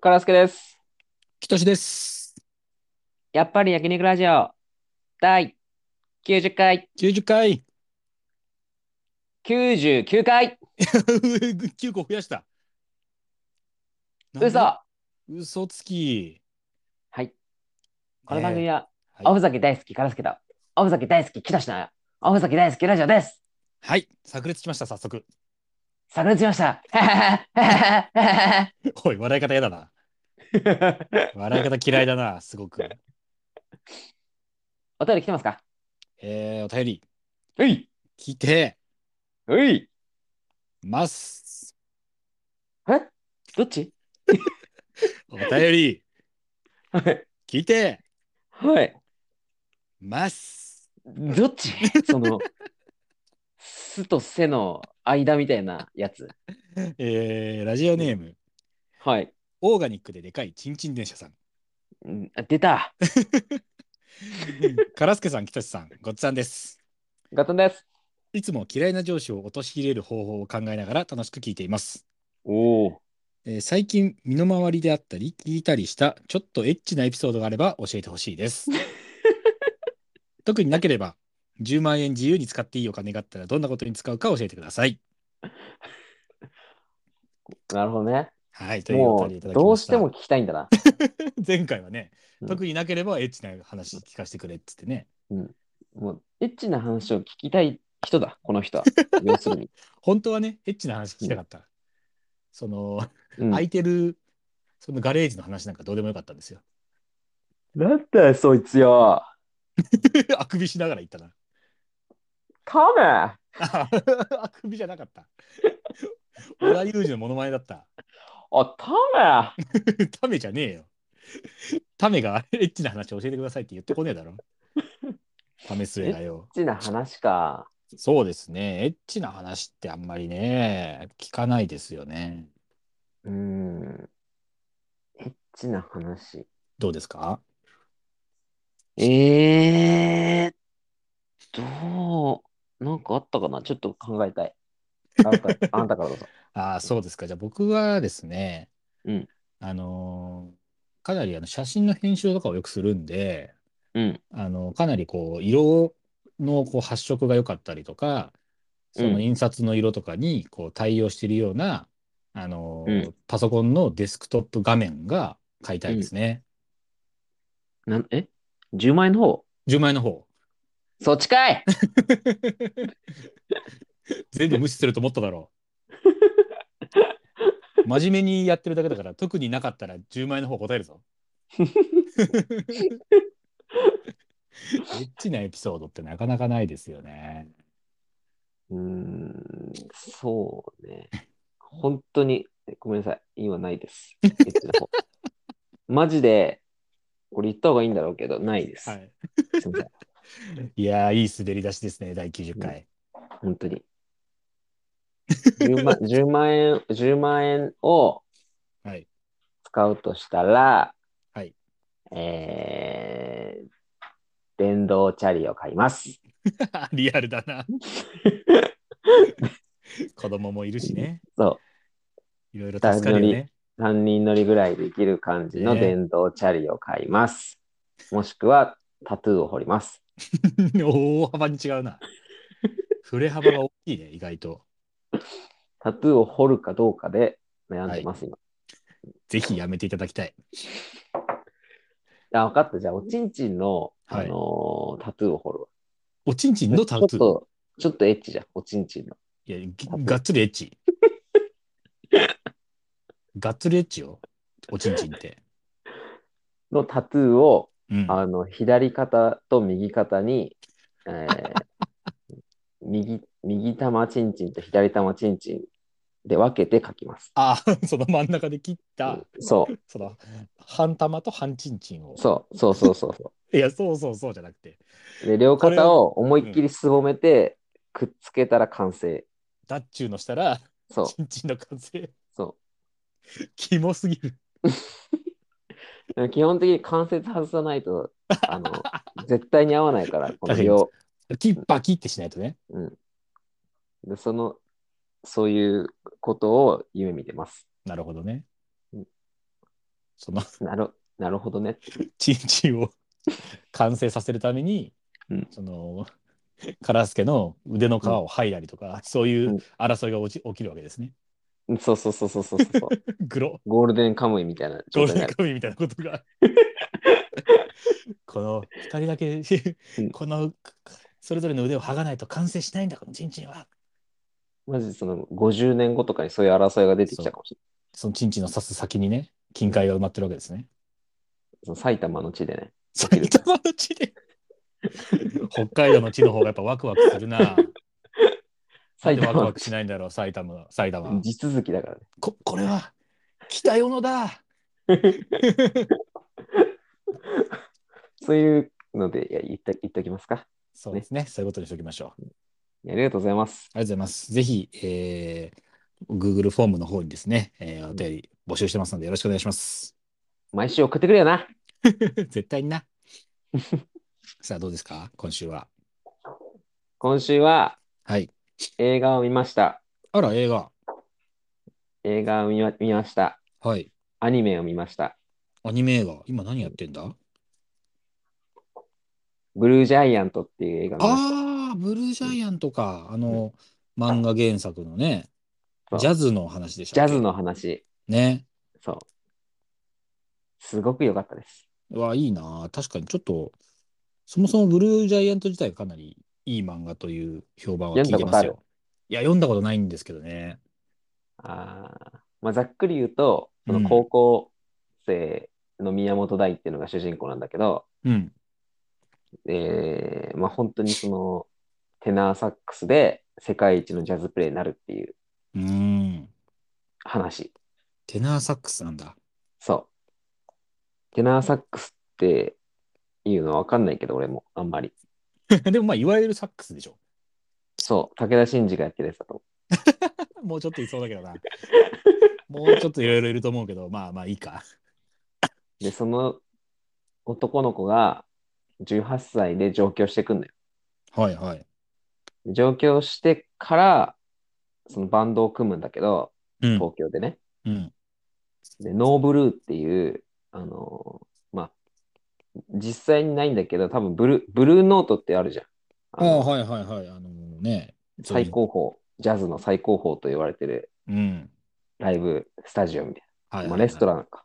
からすけです。きとしです。やっぱり焼肉ラジオ第90回、 90回。 99回、 9個増やした。なんで嘘嘘つき。はい。この番組ねは、えおはい。ふざけ大好きからすけと、おふざけ大好ききたしな、おふざけ大好きラジオです。はい。炸裂しました、早速。 炸裂しました。はおい、笑い方やだな。笑い方嫌いだな、すごく。お便り来てますかえー、お便り、うい、聞いてうい。ます。どっちお便り、はい。聞いてはい。ます。どっちその、すとせの間みたいなやつ。えー、ラジオネーム、はい。オーガニックででかいチンチン電車 さん。うんあ出た。カラスケさん、きとしさん、ごっつさんです。ガトンです。いつも嫌いな上司を陥れる方法を考えながら楽しく聞いています。おお。えー最近身の回りであったり聞いたりしたちょっとエッチなエピソードがあれば教えてほし いです。特になければ10万円自由に使っていいお金があったらどんなことに使うか教えてください。なるほどね。はい、というおも便りをいたうだきました。どうしても聞きたいんだな。 前回はねうん、特になければエッチな話聞かせてくれっつってね、もうエッチな話を聞きたい人だ、この人は。要するに。本当はね、エッチな話聞きたかった。その、うん、 空いてるそのガレージの話なんかどうでもよかったんですよ。 なんだよ、そいつよ。あくびしながら言ったな。カメああくびじゃなかった。小田裕二のモノマネだった。あ、タメタメじゃねえよ。タメがエッチな話教えてくださいって言ってこねえだろ。タメスエがよエッ。チな話か。そうですね。エッチな話ってあんまりね、聞かないですよね。うーん。エッチな話。どうですかえー、どう、なんかあったかなちょっと考えたい。あなたあなたからどうぞ。ああ、そうですか。じゃあ僕はですね、うんあのーかなりあの写真の編集とかをよくするんで、うん。あのかなりこう色のこう発色が良かったりとかそうんの印刷の色とかにこう対応しているような、あのうんパソコンのデスクトップ画面が買いたいですね。なんえ ?10 万円の方10万円の方そっちかい全部無視すると思っただろ う。真面目にやってるだけだから特になかったら10万円の方答え るぞ。エッチなエピソードってなかなかないですよね。うーん、そうね。本当に、ごめんなさい。今ないです。エッチな 方マジで、これ言った方がいいんだろうけど、ないです。はい、すみません。いやーいい滑り出しですね第90回。本当に。10万 ,10 万円、10万円をはい。使うとしたら、はいえー、電動チャリを買います。 リアルだ な。子供もいるしね。そいろいろ助かるよね。う。3人乗りぐらいできる感じのね電動チャリを買います。もしくは、タトゥーを彫ります。 大幅に違うな。触れ幅が大きいね、意外と。タトゥーを彫るかどうかで悩んでます、今。ぜひやめていただきたい。あ、分かった。じゃあ、おちんちんの、あはいのータトゥーを彫るわ。おちんちんのタちょトっゥー。と、ちょっとエッチじゃん。おちんちんの。いや、ぎがっつりエッチ。がっつりエッチよ。おちんちんって。のタトゥーを、うん。あの、左肩と右肩に、えー 右、右玉ちんちんと左玉ちんちんで分けて描きます。あ、 その真ん中で切った、そその、半玉と半ちんちんをう、。そう、そうそうそうそいや、そうそうそうじゃなくて。う。で、両肩を思いっきりすぼめて、くっつけたら完成。だっちゅうのしたら、そう、ちんちんの完成。そキモすぎる。う。基本的に関節外さないと、あ の、絶対に合わないから、この両、キッパキってしないとね。でその、そういうことを夢見てます。なるほどねうん。その なるなるほどね。チンチンを 完成させるために、うんその カラスケの腕の皮を剥いだりとか、そういう争いが起き起きるわけですね。 うんそうそうそうそうそうそうそう。グロゴールデンカムイみたいなゴ状ー態になルデンる。カムイみたいなことが この2人だけん このそれぞれの腕を剥がないと完成しないんだこのチンチンはマジでその50年後とかにそういう争いが出てきたかもしれそのチンチンの刺す先にね金塊が埋まってるわけですねない。その埼玉の地でね。埼玉の地で北海道の地の方がやっぱワクワクする ななん埼でワ玉クワのク地しないんだろう埼玉は埼玉 地続きだからね。ここれは北与野だそういうのでいや言って言っておきますか。そうですねそういうことにしておきましょういやありがとうございます。ありがとうございます。ぜひ、えー Google フォームの方にですね、えーお便り募集してますのでよろしくお願いします。 毎週送ってくれよな。絶対にな。さあ、どうですか今週は。今週ははい。映画を見ました。あら、映画。映画を見ま見ました。はい。アニメを見ました。アニメ映画。今何やってんだブルージャイアントっていう映画を見ましあー、ブルージャイアントか。あの、漫画原作のね、そうジャズの話でしたジっャけズ。の話。ね。そう。すごく良かったです。うわ、いいな。確かにちょっと、そもそもブルージャイアント自体がかなりいい漫画という評判は聞いてます読んだよ。いや、読んだことないんですけどね。あーまあ、ざっくり言うと、そうんの高校生の宮本大っていうのが主人公なんだけど、うん。えーまあ、本当にそのテナーサックスで世界一のジャズプレイになるっていううーん。話。テナーサックスなんだ。 そう。テナーサックスっていうのは分かんないけど、俺もあんまり。でもまあ、いわゆるサックスでしょ。そう、武田真治がやってるやつだと思もうちょっといそうだけ どな。もうちょっといろいろいると思うけど、まあまあいいか。う。で、その男の子が18歳で上京してくんのよ。はいはい。上京してから、そのバンドを組むんだけど、うん。東京でね。うん。で、ノーブルーっていう、あのーまあ、実際にないんだけど、多分ブルー、ブルーノートってあるじゃん。あああ、のはいはいはい。あのね。最高峰、ジャズの最高峰と言われてるうん。ライブスタジオみたいはいはいな。はまあ、レい。ストランか。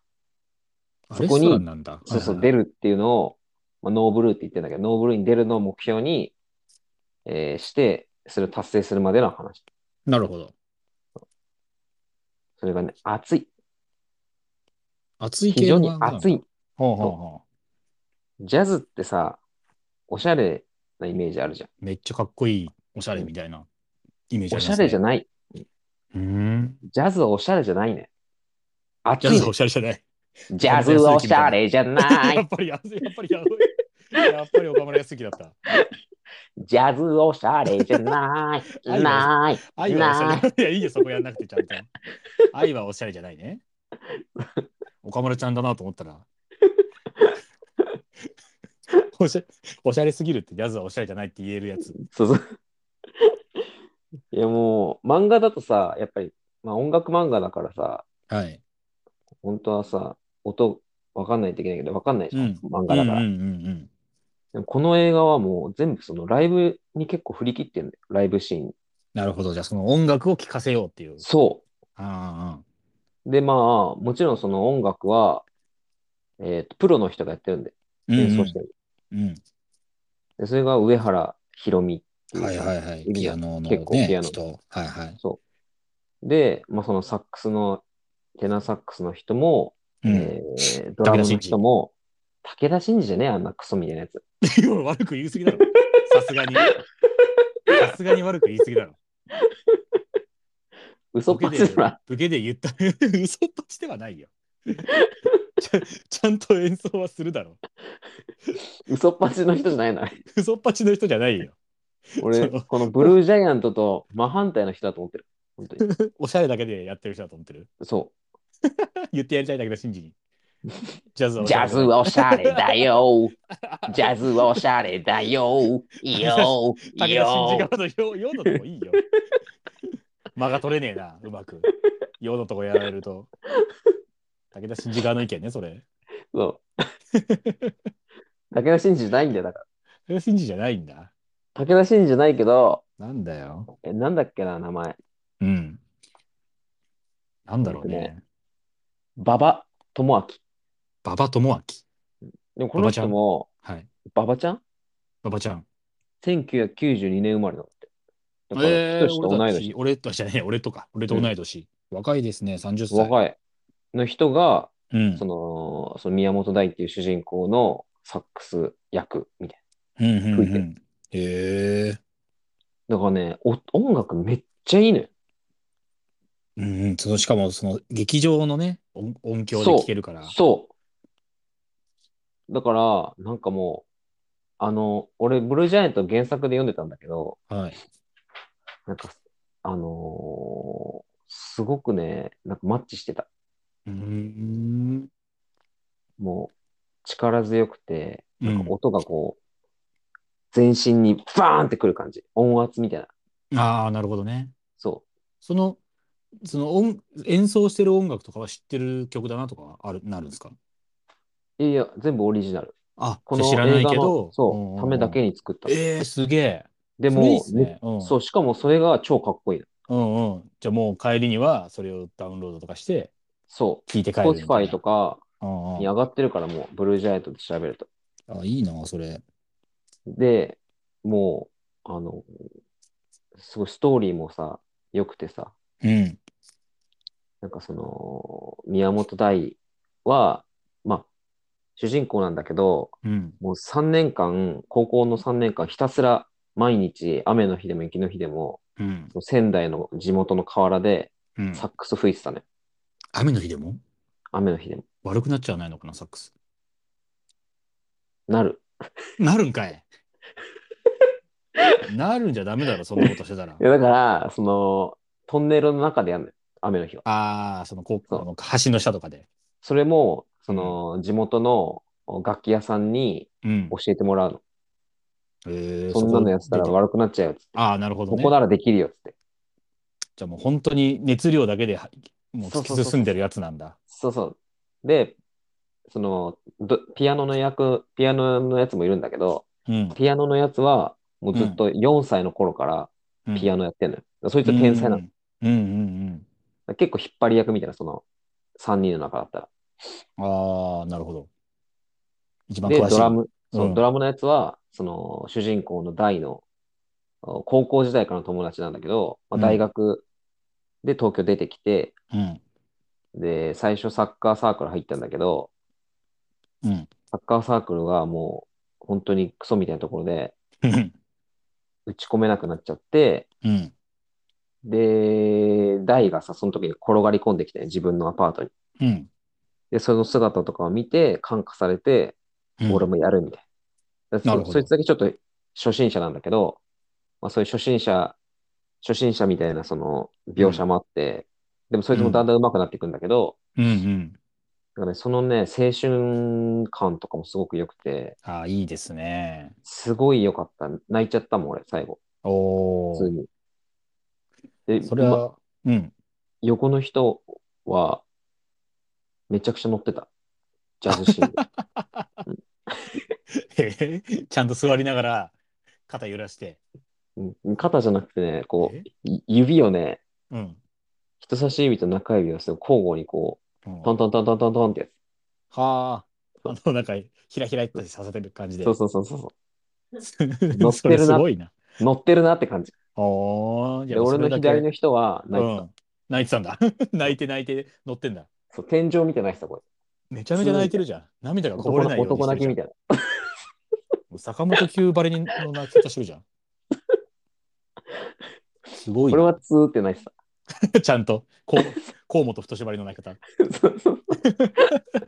あそこにレストランなんだ。そうそう、はいはい出はいるっていうのを、まあ、ノーブルーって言ってんだけど、ノーブルーに出るのを目標に、えーして、それを達成するまでの話。なるほど。それがね、熱い。熱い非系常のに漫画なんだ熱い。。ほうほうほジャズってさ、おしゃれなイメージあるじゃん。う。めっちゃかっこいい、おしゃれみたいなイメージあおりしまゃすね。れじゃない。うーん。ジャズはおしゃれじゃないね。熱ジャいズはのおしゃれじゃない。ジャズはおしゃれじゃなや い。っぱり、やっぱり、やっぱり、やっぱり岡村康之だった。ジャズはおしゃれじゃない。ない。愛はおしゃれ。いや、いいよ、そこやんなくて、ちゃんと。愛はおしゃれじゃないね。岡村ちゃんだなと思った ら。おしゃおしゃれすぎるって、ジャズはおしゃれじゃないって言えるやつ。そうそう。いやもう、漫画だとさ、やっぱり、まあ音楽漫画だからさ、はい。本当はさ、音わかんないといけないけど、わかんないじゃん、うん漫う画んうだんから。うんでもこの映画はもう全部そのライブに結構振り切ってんだよ、ライブシーン。なるほど。じゃあ、その音楽を聴かせようっていう。そああう。で、まあ、もちろんその音楽は、えーと、プロの人がやってるんで、ああ、うんうん演奏してる。うんで、それが上原ひろみっていう。はいはいはい。ピアノの結構ピねア、ノ人。はいはい。で、まあ、そのサックスの、テナーサックスの人も、うんえードラムの人も、武田真治じゃねえ、あんなクソみたいなやつ。いや悪く言い過 ぎだろ。さすがに。さすがに悪く言い過ぎだろ。嘘っぱちだな。ボケで言った。 嘘っぱちではないよ。ちゃちゃんと演奏はするだろ。嘘っぱちの人じゃないな。嘘っぱちの人じゃないよ。 俺、そうこのブルージャイアントと真反対の人だと思ってる。本当 に。おしゃれだけでやってる人だと思ってる。そ言ってやりたいんだけど、信じに。ジャズう。は。ジャズはおしゃれだ よ。ジャズはおしゃれだよ。いいよ。 武田いい信じよ側。のよよのとこいいよ。間が取れねえな、うまく。よのとこやられると。武田真治側の意見ね、それ。そう。武田真治じゃないんだよ、だから。武田真治じゃないんだ。武田真治じゃないけど、なんだよ。え、なんだっけな、名前。うん。なんだろうえっとね。馬場智明。馬場智明。でもこの人も、はい。馬場ちゃん馬場ちゃん。 ?1992 年生まれなのって。だから、えー、人と同俺いた年ち、。俺とじゃねえ、俺とか。俺と同い年。若いですね、30歳。い。若い。の人が、うんそ。の、その宮本大っていう主人公のサックス役みたいうんうんう吹いてん。へえ。な。だからね、お音楽めっちゃいいのよ。うんうん、そのしかもその劇場のね音音響でそう聴けるからそう。だから、なんかもう、あの、俺、ブルージャイアント原作で読んでたんだけど、はいなんか、あのーすごくね、なんかマッチしてた。うんもう、力強くて、うんなんか音がこう、全身にバーンってくる感じ。音圧みたいな。ああなるほどねそそのその音演奏してる音楽とかは知ってる曲だなとかはあるなるんですかう。いやいや、全部オリジナル。あこじのゃあ知らないけどそう、ためだけにに作ったの。ええー、すげえでそれいいもっすねうんそう、しかもそれが超かっこいいの。うんうんじゃあもう帰りにはそれをダウンロードとかしてそう。聴いて帰るみたいな Spotify とかうんにうん上がってるから、もう、ブルージャイアントで調べると。あいいなそれで、もう、あの、すごいストーリーもさ、良くてさ、うんなんかその、宮本大は、まあ、主人公なんだけど、うんもう3年間、高校の3年間、ひたすら毎日、雨の日でも雪の日でも、うんその仙台の地元の河原でうんサックス吹いてたね。雨の日でも雨の日でも。悪くなっちゃわないのかなサックスなる。なるん かい。なるんじゃダメだろ、そんなことしてたらい。やだから、その、トンネルの中でやるのよ。雨の日は。ああ、そのこうそあうの橋の下とかで。それも、その、地元の楽器屋さんにうん。教えてもらうの。えーそんなのやってたらそこ悪くなっちゃうよっつって。ああ、なるほどこね。こならできるよっつって。じゃあもう本当に熱量だけではもうそうそうそ突きうそう進んでるやつなんだ。そうそう。で、その、どピアノの役、ピアノのやつもいるんだけど、うん。ピアノのやつは、もうずっと4歳の頃からピアノノやってんのよ。そいつ天才なの。だか。うんうんら結構引っ張り役みたいな、その、3人の中だったら。うん。ああ、なるほど。一番詳で、しい。ドラム、そう、うんドラムのやつは、その、主人公の大の、お高校時代からの友達なんだけど、まあうん大学で東京出てきて、うん。で、最初サッカーサークル入ったんだけど、うん。サッカーサークルがもう、本当にクソみたいなところで、うん。打ち込めなくなっちゃって、うん。で、大がさ、その時に転がり込んできて、自分のアパートに。うん。で、その姿とかを見て、感化されて、うん俺もやるみたいな。なるそほどそいつだけちょっと初心者なんだけど、まあ、そういう初心者、初心者みたいなその描写もあって、でもそいつもだんだん上手くなっていくんだけど、うんうん。だからね、そのね、青春感とかもすごく良くて、ああ、いいですね。すごい良かった。泣いちゃったもん、俺、最後。お普通お。に。で、それまは、うん。 横の人は、めちゃくちゃ乗ってた。ジャズシー ンで。へえちゃんと座りながら肩揺らして。うん肩じゃなくてね、こえう、い指をね、うん。人差し指と中指をすごい交互にこうんう、トントントントントントンってやはあ。あの、なんか、ひらひらっとさせてる感じつ。で。 そうそうそうそうそ乗ってるなそれすごいな。う。乗ってるなって感じ。おお。じで、ゃあ、そ俺れのだけ左の人は、なんうか、ん。泣いてたんだ。 泣いて泣いて乗ってんだ。そう天井見てない人、こめちゃめちゃ泣いてるじゃん。涙れ。がこぼれないように男泣きみたいたいな。坂本九バレにの泣き方してるじゃん。すごい 俺な。はツーって泣いてた。ちゃんと、こう河本太縛りの泣き方。そうそう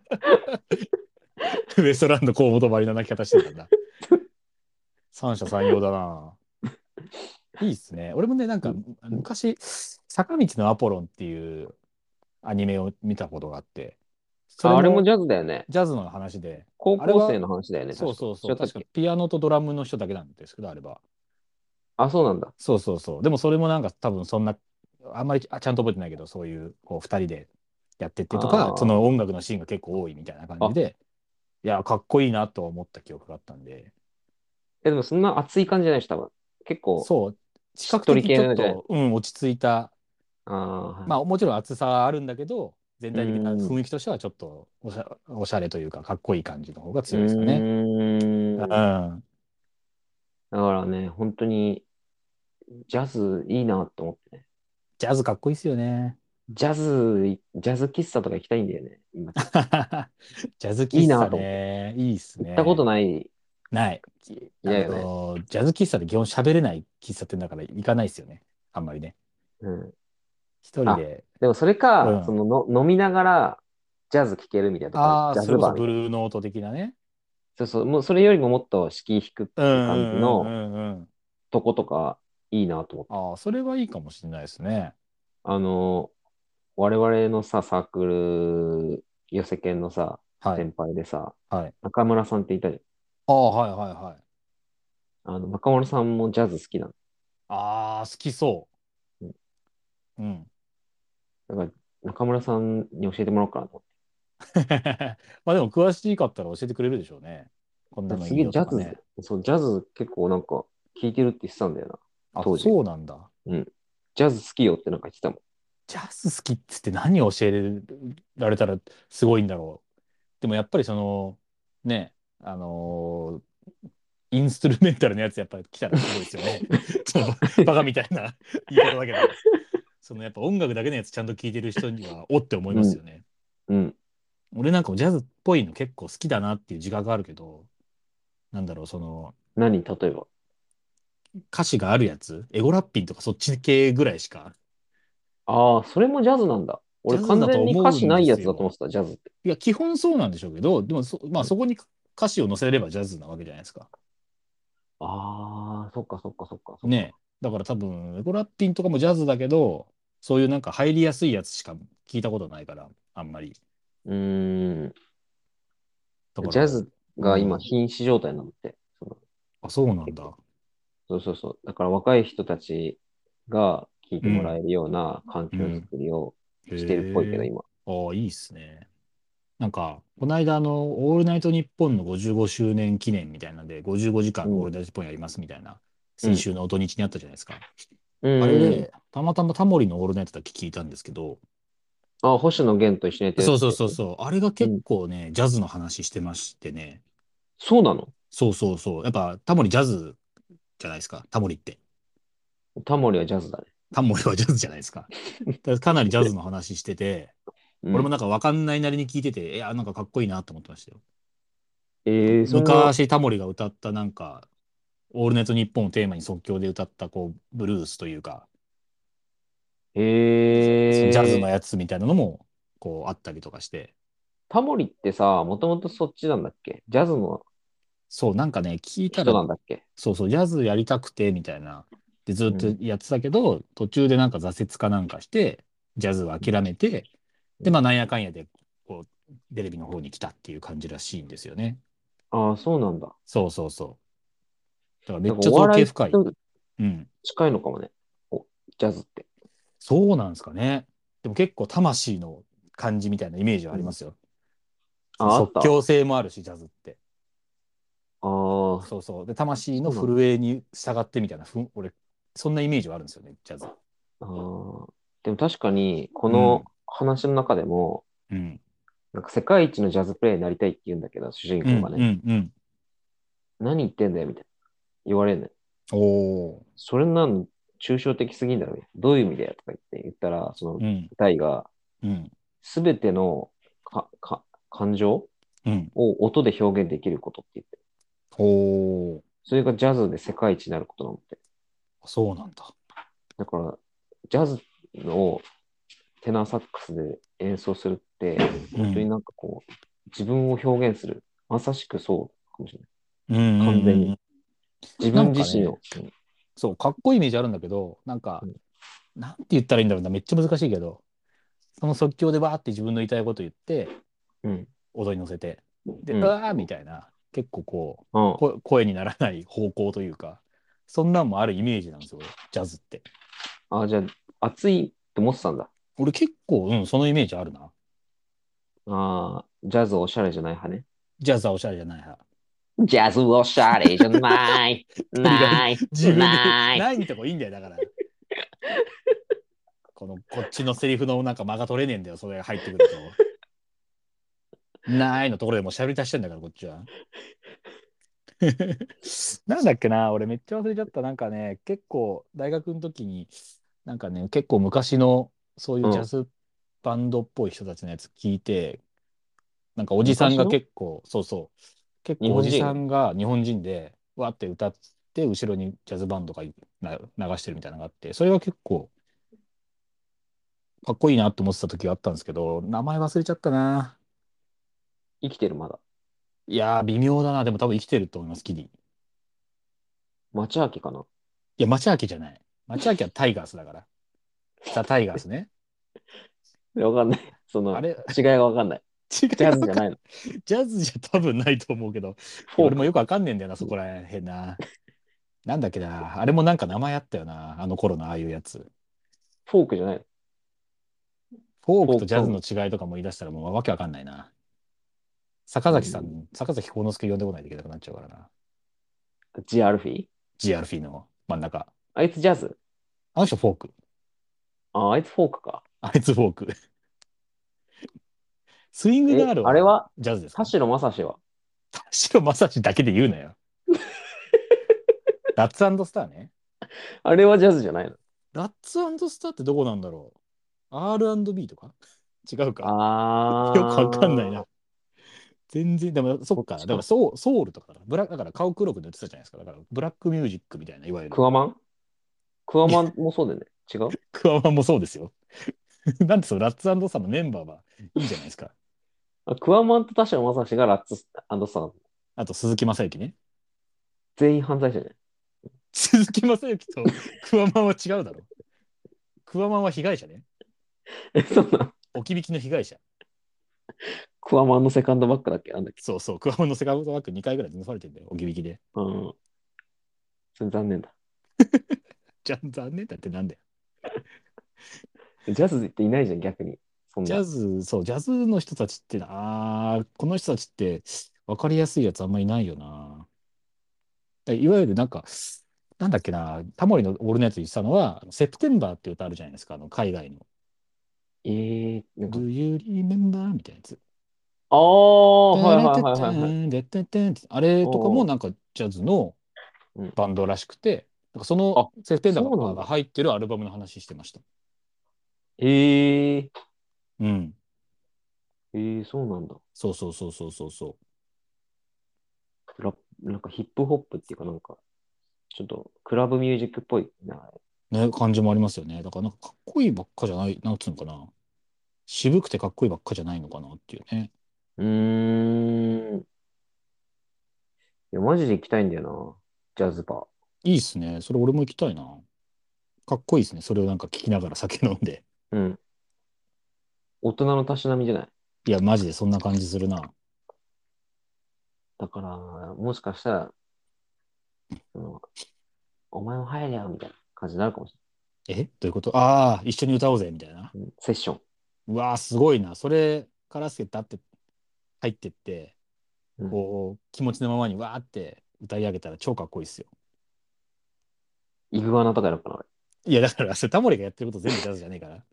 ウエストランド河本ばりの泣き方してたんだ。三者三様だな。いいっすね。俺もね、なんか昔、坂道のアポロンっていうアニメを見たことがあって、そああれれももジャズだよね。ジャズの話で、高校生の話だよね。そうそうそう、確確かか違ったっけピアノとドラムの人だけなんですけど、あれば。あ、そうなんだ。そうそうそう。でもそれもなんか多分そんな、あんまりあちゃんと覚えてないけど、そういうこう2人でやっててとあかー、その音楽のシーンが結構多いみたいな感じで、いや、かっこいいなとは思った記憶があったんで、え、でもそんな熱い感じじゃないし、多分。結構、そう、視しっ覚とり的に系ちなょんっじゃないと、うん、落ち着いた、あーまあもちろん厚さはあるんだけど、全体的なうん雰囲気としてはちょっとおしゃおしゃれというか、かっこいい感じの方がう強いですよね。ーん。うだん。からね、本当に、ジャズいいなと思ってね。ジャズかっこいいですよね。 ジャズ、ジャズ喫茶とか行きたいんだよね。今、行ジャズいい喫な茶と思っね。いいっすね。ったことない。ない。やいやあのジャズ喫茶で基本喋れない喫茶店だから行かないですよね。あんまりね。うん。一人で。でもそれか、うんそのの飲みながらジャズ聴けるみたいなとこああジー、ャそズれこバーそみたブいな。ルーノート的なね。そうそう、もうそれよりももっと敷居低くってうんう感じんうのんうん。とことかいいなと思って。ああ、それはいいかもしれないですね。あの、我々のさ、サークル、寄せ犬のさ、はい。先輩でさ、はい中村さんっていたじああ、はいはいはい。ゃん。あの、中村さんもジャズ好きなの。ああ、好きそうう。うん。 だから中村さんに教えてもらおうかなと思って。まあでも詳しかったら教えてくれるでしょうね。こんなのいすいげえよジャとかズ、ね。そう、ジャズ結構なんか聴いてるって言ってたんだよな。あ、当時そうなんだ。ジャズ好きよってなんか言ってたもん。ジャズ好きっつって何を教えられたらすごいんだろう。でもやっぱりその、ね、あのーインストゥルメンタルのやつやっぱり来たらすごいです よね。ちょっとバカみたいな言い方だけど、そのやっぱ音楽だけのやつちゃんと聴いてる人にはおって思いますよね。うん。俺なんかもジャズっぽいの結構好きだなっていう自覚があるけど、なんだろう、その何例えば。歌詞があるやつ、エゴラッピンとかそっち系ぐらいしか。ああ、それもジャズなんだ。俺ジャズ完だと全思うにんですよ歌詞ないやつだと思ってた、ジャズって。いや、基本そうなんでしょうけど、でもそ、まあ、そこに歌詞を載せればジャズなわけじゃないですか。ああ、そっかそっかそっかそっか。ね。だから多分、エゴラッピンとかもジャズだけど、そういうなんか入りやすいやつしか聞いたことないから、あんまり。うーん。だからジャズがう今、ん瀕死状態なのって。そのあ、そうなんだ。そうそうそう。だから若い人たちが聴いてもらえるような環境づくりをしてるっぽいけど、へー今。ああ、いいっすね。なんか、この間、あの、オールナイトニッポンの55周年記念みたいなんで、55時間うんオールナイトニッポンやりますみたいな、先週のお土日にあったじゃないですか。うん。あれで、たまたまタモリのオールナイトだけ聞いたんですけど、あ、星野源と一緒にやってるそうそうそうそう。あれが結構ね、ジャズの話してましてね。そうなのそうそうそう。やっぱタモリジャズじゃないですか。タモリって。タモリはジャズだね。タモリはジャズじゃないで すか。だからかなりジャズの話してて、うん俺もなんかわかんないなりに聞いてて、いや、なんかかっこいいなと思ってましたよ。ええそんな昔タモリが歌ったなんか、オールネット日本をテーマに即興で歌ったこう、ブルースというか、ええジャズのやつみたいなのも、こう、あったりとかして。タモリってさ、もともとそっちなんだっけジャズのそう、なんかね、聞いた人らなんだっけそうそう、ジャズやりたくて、みたいな。で、ずっとやってたけど、途中でなんか挫折かなんかして、ジャズを諦めて、で、まあ、なんやかんやで、こう、テレビの方に来たっていう感じらしいんですよね。ああ、そうなんだ。そうそうそう。だからめっなんかちゃお造笑形い深い。とうん。近いのかもね。おジャズって。そうなんですかね。でも結構魂の感じみたいなイメージはありますよ。あ、あった。即興性もあるし、ジャズって。あーそうそう。で、魂の震えに従ってみたいな、ふん俺、そんなイメージはあるんですよね、ジャズ。あー。でも確かに、この話の中でも、うん。なんか世界一のジャズプレイヤーになりたいって言うんだけど、主人うん、う公んがね、、うん。何言ってんだよみたいな。言われるのよ。おおそれなん、抽象的すぎんだろうよ。どういう意味だよとか言って言ったら、そのー。う、ん。タイが、うん。すべてのかか感情うん。を音で表現できることって言って。おー。それがジャズで世界一になることなのって。そうなんだ。だから、ジャズのテナーサックスで演奏するって、本当になんかこう、自分を表現する。まさしくそうかもしれない。うん完全に。自分自身なを。そう、かっこいいイメージあるんだけど、なんか、うんなんて言ったらいいんだろうな、めっちゃ難しいけど、その即興でわーって自分の言いたいこと言って、うん。踊り乗せて、で、うんうわーみたいな、結構こうんう、こ声にならない方向というか、そんなんもあるイメージなんですよ、ジャズって。ああ、じゃあ、熱いって思ってたんだ。俺結構、うん、そのイメージあるな。ああ、ジャズおしゃれじゃない派ね。ジャズはおしゃれじゃない派。ジャズおしゃれじゃ ない。ない。 自分でない。ないんとこいいんだよ、だから。この、こっちのセリフのなんか間が取れねえんだよ、それが入ってくると。ないのところでもう喋り出してんだから、こっちは。 なんだっけな、俺めっちゃ忘れちゃった。なんかね、結構、大学の時に、なんかね、結構昔の、そういうジャズバンドっぽい人たちのやつ聞いて、なんかおじさんが結構、そうそう、結構おじさんが日本人で、わーって歌って、後ろにジャズバンドがな流してるみたいなのがあって、それが結構、かっこいいなと思ってた時があったんですけど、名前忘れちゃったな。生きてるまだ。いやー、微妙だな。でも多分生きてると思います、キリ。い町明かな。や、町明じゃない。町明はタイガースだから。ザ・タイガースね。わかんない。そのあれ、違いがわかんない。違うジャズじゃないの。ジャズじゃ多分ないと思うけど、フォ俺ークもよくわかんねえんだよな、そこらへんな。なんだっけな。あれもなんか名前あったよな。あの頃のああいうやつ。フォークじゃないの。フォークとジャズの違いとかも言い出したらもうわけわかんないな。坂崎さ、うん坂崎幸之助呼んでこないといけなくなっちゃうからな。ジアルフィー GRF の真ん中。あいつジャズあの人フォーク。あ、あいつフォークか。あいつフォーク。 スイングえガールあれはジャズですか田代正史は田代正史だけで言うなよ。ラッツスターね。あれはジャズじゃないの。ラッツスターってどこなんだろう ?R&B とか違うか。あよーくわかんないな。。全然、でも、そっか。そっちかだからソウ、ソウルとかだから、ブラだから顔黒く塗ってたじゃないですか。だから、ブラックミュージックみたいな、いわゆるク。ワマンクワマンもそうだよね。違うクワマンもそうですよ。 なんでそのラッツさんのメンバーはいいじゃないですか。あクワマンと田代正史がラッツアンドスター。あと、鈴木雅之ね。全員犯罪者じゃない鈴木雅之とクワマンは違うだろ。クワマンは被害者ね。え、そうなの置き引きの被害者。クワマンのセカンドバックだっけなんだっけそうそう、クワマンのセカンドバック2回ぐらい盗まれてんだよ、置き引きで。うん。それ残念だ。じゃ残念だってなんだよ。ジャズっていないじゃん、逆に。そんジなャ。ズ、そう、ジャズの人たちってな、あーこの人たちって分かりやすいやつあんまいないよな。だいわゆるなんか、なんだっけな、タモリの俺のやつ言ってたのは、あのセプテンバーって歌あるじゃないですか、あの海外の。えー、なんか Do you remember? みたいなやつ。ああ、はいはいはいはいはい。あれとかもなんかジャズのうんバンドらしくて、なんかそのセプテンバそうなんーだが入ってるアルバムの話してました。えー、うん。えー、そうなんだ。そうそうそうそうそうそう。ラップなんかヒップホップっていうかなんか、ちょっとクラブミュージックっぽいな。ね、感じもありますよね。だからなんかかっこいいばっかじゃない、なんつうのかな。渋くてかっこいいばっかじゃないのかなっていうね。うーん。いや、マジで行きたいんだよな。ジャズバー。いいっすね。それ俺も行きたいな。かっこいいっすね。それをなんか聞きながら酒飲んで。うん。大人のたしなみじゃない。いや、マジでそんな感じするな。だから、もしかしたら、そのお前も入れよみたいな感じになるかもしえどういうことああ、一緒に歌おうぜ、みたいな。れない。うんセッション。うわあ、すごいな。それ、カラスケ立って、入ってって、うんこう、気持ちのままにわーって歌い上げたら超かっこいいっすよ。イグアナとかやろうかな。俺いや、だから、それタモリがやってること全部ジャズじゃねえから。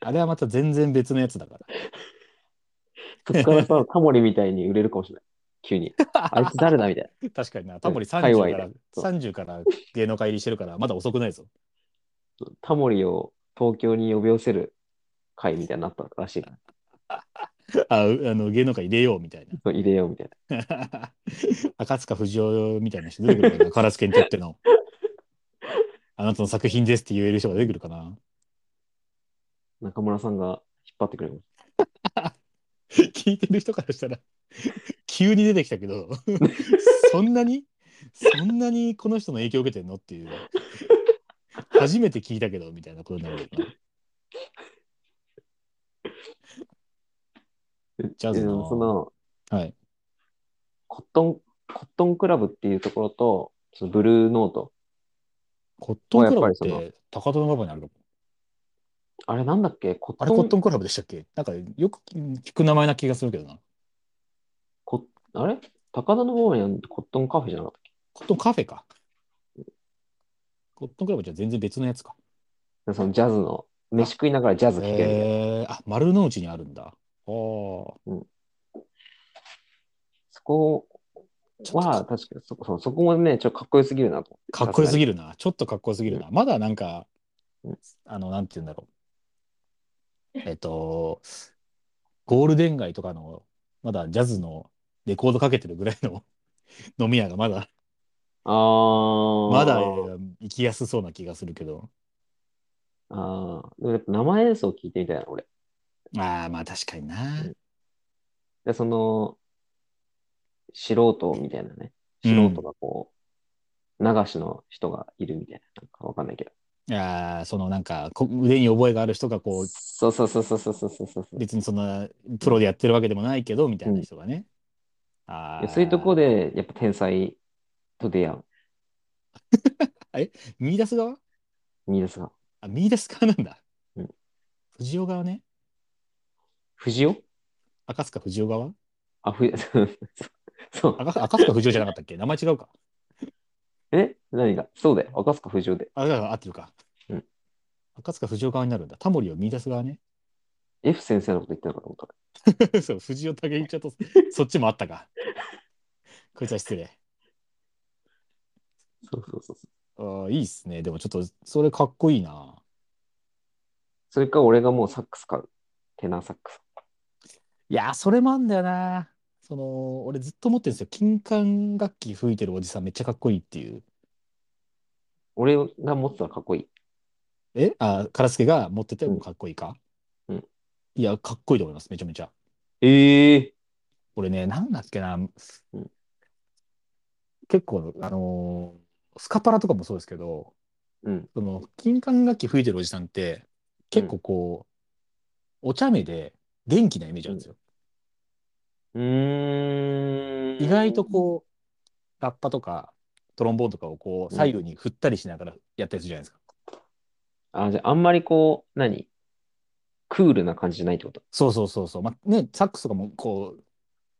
あれはまた全然別のやつだから。そっからさ、タモリみたいに売れるかもしれない。急に。あいつ誰だみたいな。確かにな、タモリ界隈30からで、そう30から芸能界入りしてるから、まだ遅くないぞ。タモリを東京に呼び寄せる会みたいになったらしいから。あ、うあの芸能界入れようみたいそう入れようみたいな。な。 赤塚不二夫みたいな人出てくるかな、カラスケにとっての。あなたの作品ですって言える人が出てくるかな。中村さんが引っ張ってくれる。 聞いてる人からしたら、急に出てきた けど、そんなにそんなにこの人の影響を受けてんのっていう。初めて聞いたけど、みたいなことになるよな。ジャズのうんその、はい。コットン、コットンクラブっていうところと、そのブルーノート。コットンクラブっやっぱて高田馬場にあるのあれなんだっけコあれコッットトン。ンクラブでしたっけなんかよく聞く名前な気がするけどな。こあれ高田の方にあるコットンカフェじゃなかったっコットンカフェか。コットンクラブじゃ全然別のやつか。けそのジャズの、飯食いながらジャズ聴けるみたいな。えー、あ、丸の内にあるんだ。あーそこは、確かにそこそうそこもね、ちょっとかっこよすぎるなと思って。かっこよする。ぎるな。ちょっとかっこよすぎるな。まだなんかうん、あの、なんて言うんだろう。えっと、ゴールデン街とかの、まだジャズのレコードかけてるぐらいの 飲み屋がまだ、あー。まだえー行きやすそうな気がするけど。あー。でもやっぱ生演奏聞いてみたいな、俺。ああ、まあ確かにな。で、その、素人みたいなね。素人がこう、流しの人がいるみたいな。なんかわかんないけど。ああ、そのなんか、こ腕に覚えがある人がこう、そうそうそうそうそうそうそうそう。別にそんなプロでやってるわけでもないけど、みたいな人がね。あいあ、やそういうとこで、やっぱ天才と出会う。見出す側見出すが。あ、見出す側なんだ。うん藤尾側ね。藤尾赤塚不二夫側あ、ふ、 そう。赤赤塚不二夫じゃなかったっけ名前違うか。え何がそうだよ。赤塚不二夫で。あ、だから合ってるか。うん赤塚不二夫側になるんだ。タモリを見出す側ね。 F 先生のこと言ってなかったことそう、藤尾武井ちゃんと、そっちもあったか。こいつは失礼。そうそうそうそう。あーいいっすね。でもちょっと、それかっこいいな。それか俺がもうサックス買う。テナーサックス。いやー、それもあんだよな。その、俺ずっと思ってるんですよ。金管楽器吹いてるおじさんめっちゃかっこいいっていう。俺が持ってたらかっこいい。えあ、カラスケが持っててうんもかっこいいか、うんいや、かっこいいと思います。めちゃめちゃ。ええ俺ね、なんだっけな。ん結構、あのースカパラとかもそうですけど、うん。その、金管楽器吹いてるおじさんって、結構こう、お茶目で元気なイメージなんですよ。うーん。意外とこう、ラッパとか、トロンボーンとかをこう、うん左右に振ったりしながらやったりするじゃないですか。あ、じゃああんまりこう、何クールな感じじゃないってことそうそうそうそう。まあ、ね、サックスとかもこ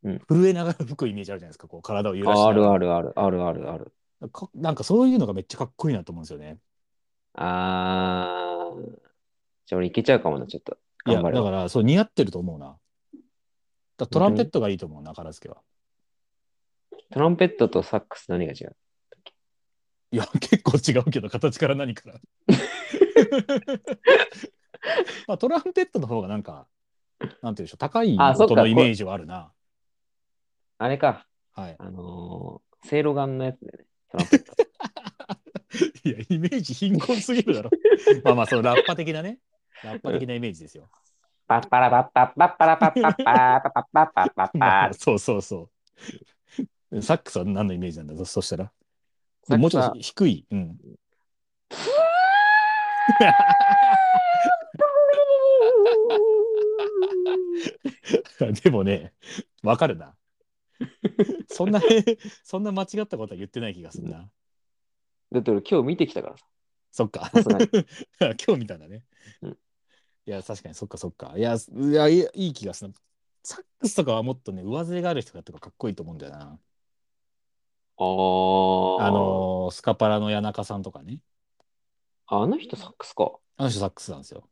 う、うん震えながら吹くイメージあるじゃないですか。こう、体を揺らしあなあるがあるあるあるあるある。ら。かなんかそういうのがめっちゃかっこいいなと思うんですよね。あー。じゃあ俺いけちゃうかもな、ちょっと。いや、頑張れだから、そう、似合ってると思うな。だからトランペットがいいと思うな、カラスケは。トランペットとサックス何が違ういや、結構違うけど、形 から何から。まあ、トランペットの方がなんか、なんていうんでしょう、高いあそっか音のイメージはあるな。あれか。はい。 あのー、セいろがんのやつだよね。トランペット。いや、イメージ貧困すぎる だろ。まあまあ、そのラッパ的なね。ラッパ的なイメージですよ。パッパラパッパッパッパラパッパッパーパッパッパッパッパッまあパまあ そうそうそう。サックスは何のイメージなんだろうそしたら。サックスはもうちょっと低い。うん。 でもね、わかるな。そんな、 そんな間違ったことは言ってない気がするな。だって俺今日見てきたからさ。そっか。さすがに 今日見たんだね。うんいや、確かにそっかそっか。いや、すいやいいいい気がする。サックスとかはもっとね、上背がある人がとかかっこいいと思うんだよな。あああののースカパラの谷中さんとかね。あの人サックスか。あの人サックスなんですよ。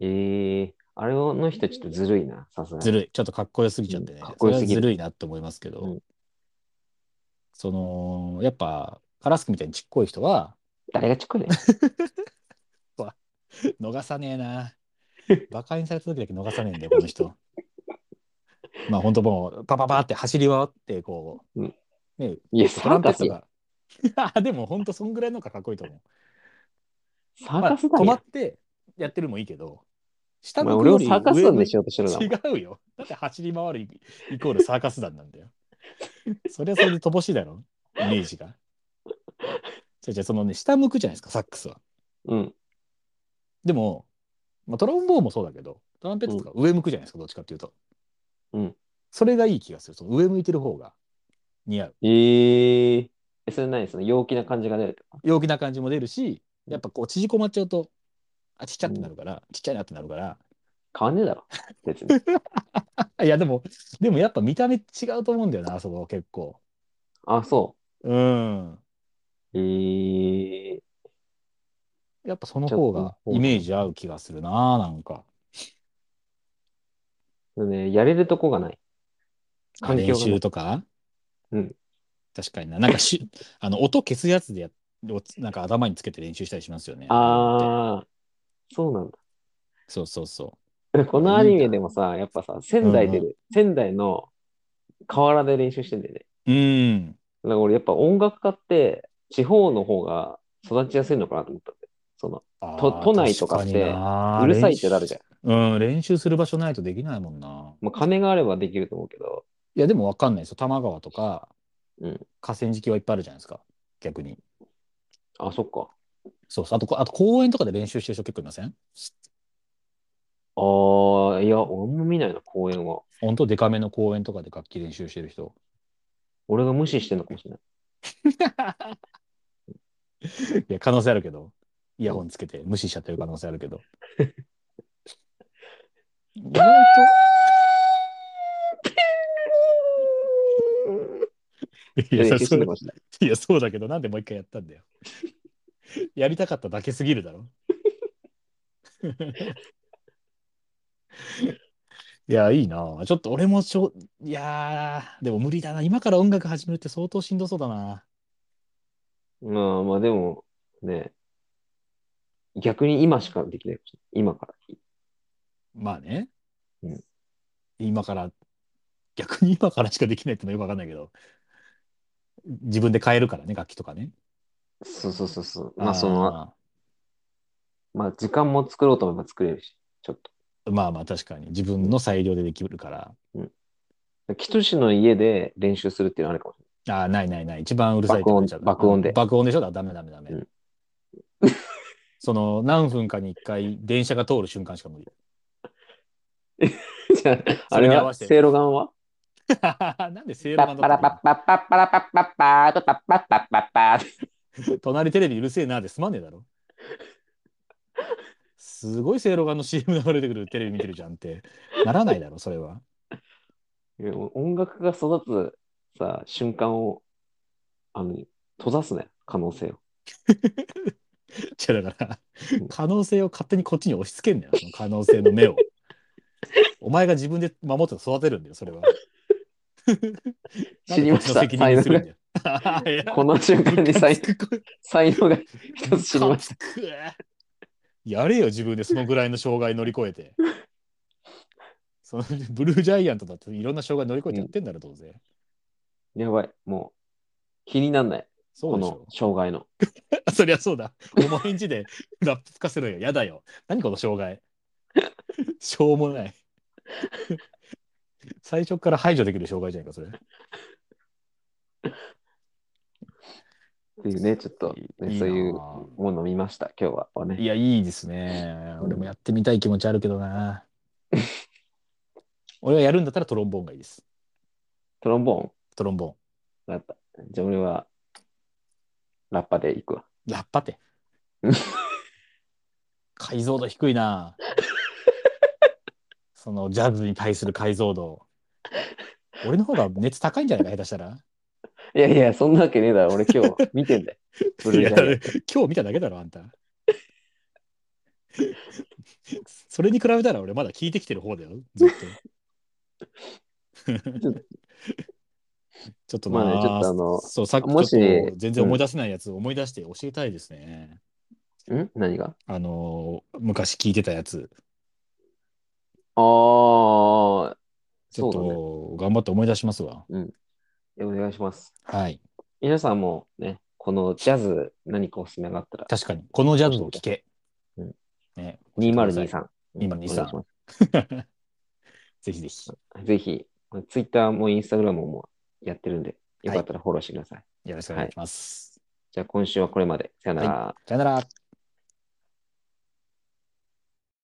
ええあれの人ちょっとずるいな、さすがに。ずるい。ちょっとかっこよすぎちゃってね。うんかっこよすぎるそれはずるいなって思いますけど。うんその、やっぱ、カラスクみたいにちっこい人は、誰がちっこいね。逃さねえな。バカにされた時だけ逃さねえんだよ、この人。まあ本当もう、パパパって走り回って、こう、いや、トサランーペカッストや。が。あ でも本当そんぐらいのがかっこいいと思う。サーまあ、カスだ止まよっ。てやってるもいいけど、下お前の俺をサーカス団でしようとしてるな。お前違うよ。だって走り回るイイコールサーカス団なんだよ。それはそれで乏しいだろ、イメージが。じゃじゃそのね、下向くじゃないですか、サックスは。うん。でも、まあ、トロンボーンもそうだけど、トランペットとか上向くじゃないですか、どっちかっていうと。うん。それがいい気がする。その上向いてる方が似合う。えええ、それ何その陽気な感じが出るとか。陽気な感じも出るし、やっぱこう縮こまっちゃうと、あ、ちっちゃってなるから、ちっちゃいなってなるから。変わんねえだろ。別に。あいや、でも、でもやっぱ見た目違うと思うんだよな、あそこは結構。あ、そうん。う。えー、やっぱその方がイメージ合う気がするな、なんか。でもね、やれるとこがない。環境が練習とかうん。確かにな。なんかし、あの、音消すやつでやをなんか頭につけて練習したりしますよね。あー、そうなんそうそうそだ。 このアニメでもさ、やっぱさ、仙台で、うん仙台の河原で練習してんだよね。う。うん。だから俺やっぱ音楽家って地方の方が育ちやすいのかなと思ったんだよ。その、あー都都内とかって確になうるさいってなるじゃん。うん、練習する場所ないとできないもんな。まあ、金があればできると思うけど、いや、でもわかんないですよ。多摩川とか、うん河川敷はいっぱいあるじゃないですか。逆に。あ、そっか。そうそう。あとこ、あと公園とかで練習してる人結構いませんああ、いや、俺も見ないな、公演は。本当デカめの公園とかで楽器練習してる人。俺が無視してんのかもしれない。いや、可能性あるけど。イヤホンつけて無視しちゃってる可能性あるけど。意外といや練習そしてんのうかもしれない。いや、そうだけど、なんでもう一回やったんだよ。 やりたかっただけすぎるだろ。 いや、いいなあ。ちょっと俺もしょ、いやーでも無理だな。今から音楽始めるって相当しんどそうだな。まあまあ、でも、ね、逆に今しかできないかもしれない。今から。まあね。うん今から、逆に今からしかできないってのはよくわかんないけど、自分で買えるからね、楽器とかね。そうそうそうそう。まあ、その、の、まあ、時間も作ろうと思えば作れるし、ちょっまあまあ確かに、自分の裁量でできるから。と。キトシの家で練習するっていうのはあるかもしれああ、ないないない。一番うるさいってなっちゃう爆音爆音で爆音でしょだダメダメダメ。うん その、何分かに一回、電車が通る瞬間しか無理。な い。じゃあ、あそれれに合わは、せてせいろがんはなんでセールパマッンパラだっパッパッパッパラパッパッパーとパッパッパッパッパー。た隣テレビうるせえなで済まねえだろ。すごいセいろがの CM 流れてくるテレビ見てるじゃんって。ならないだろ、それは。いや音楽が育つさ、瞬間を、あの、閉ざすね、可能性を。じゃだからうん、可能性を勝手にこっちに押し付けんだよ、その可能性の目を。お前が自分で守って育てるんだよ、それは。知りましたなんでこっちの責任にするんだよ いや この瞬間に 才ムカつく才能が一つ知りまし ムカつく やれよ、自分でそのぐらいの障害乗り越え て。そのブルージャイアントだっていろんな障害乗り越えてやってんだろ、当然。た。やばい、もう、気になんない、そこうでしのょ。障害の。 そりゃそうだ。お前んちでラップ吹かせろよ。やだよ。何この障 害。しょうもない。 最初から排除できる障害じゃないか、それ。っていうね、ちょっと、ねいいそういうなあものを見ました、今日ははね。いや、いいですね。俺もやってみたい気持ちあるけどな。 俺がやるんだったらトロンボーンがいいです。トロンボーントロンボーン。だった。じゃあ俺は、ラッパで行くわ。ラッパってうん。 解像度低い な。そのジャズに対する解像度。俺の方が熱高いんじゃないか、下手したら。いやいや、そんなわけねえだろ、俺今日見てん だよ。ブルージャイアントいや今日見ただけだろ、あんた。それに比べたら俺まだ聞いてきてる方だよ、ずっと。 ちょっとな、まあねちょっとあのそう、さっきもしちょっと全然思い出せないやつを思い出して教えたいですね。ん何があのー昔聞いてたやつ。ああ、ちょっそうだと頑張って思い出しますわ。お願いします。はい。皆さんもね、このジャズ何かおすすめがあったら、確かに、このジャズを聴け。うんね、 2023。 2023お願いしますぜひぜひ、ぜひ、ツイッターもインスタグラムもやってるんで、よかったらフォローしてください。よろしくお願いします。じゃあ今週はこれまで。さよなら。さよなら。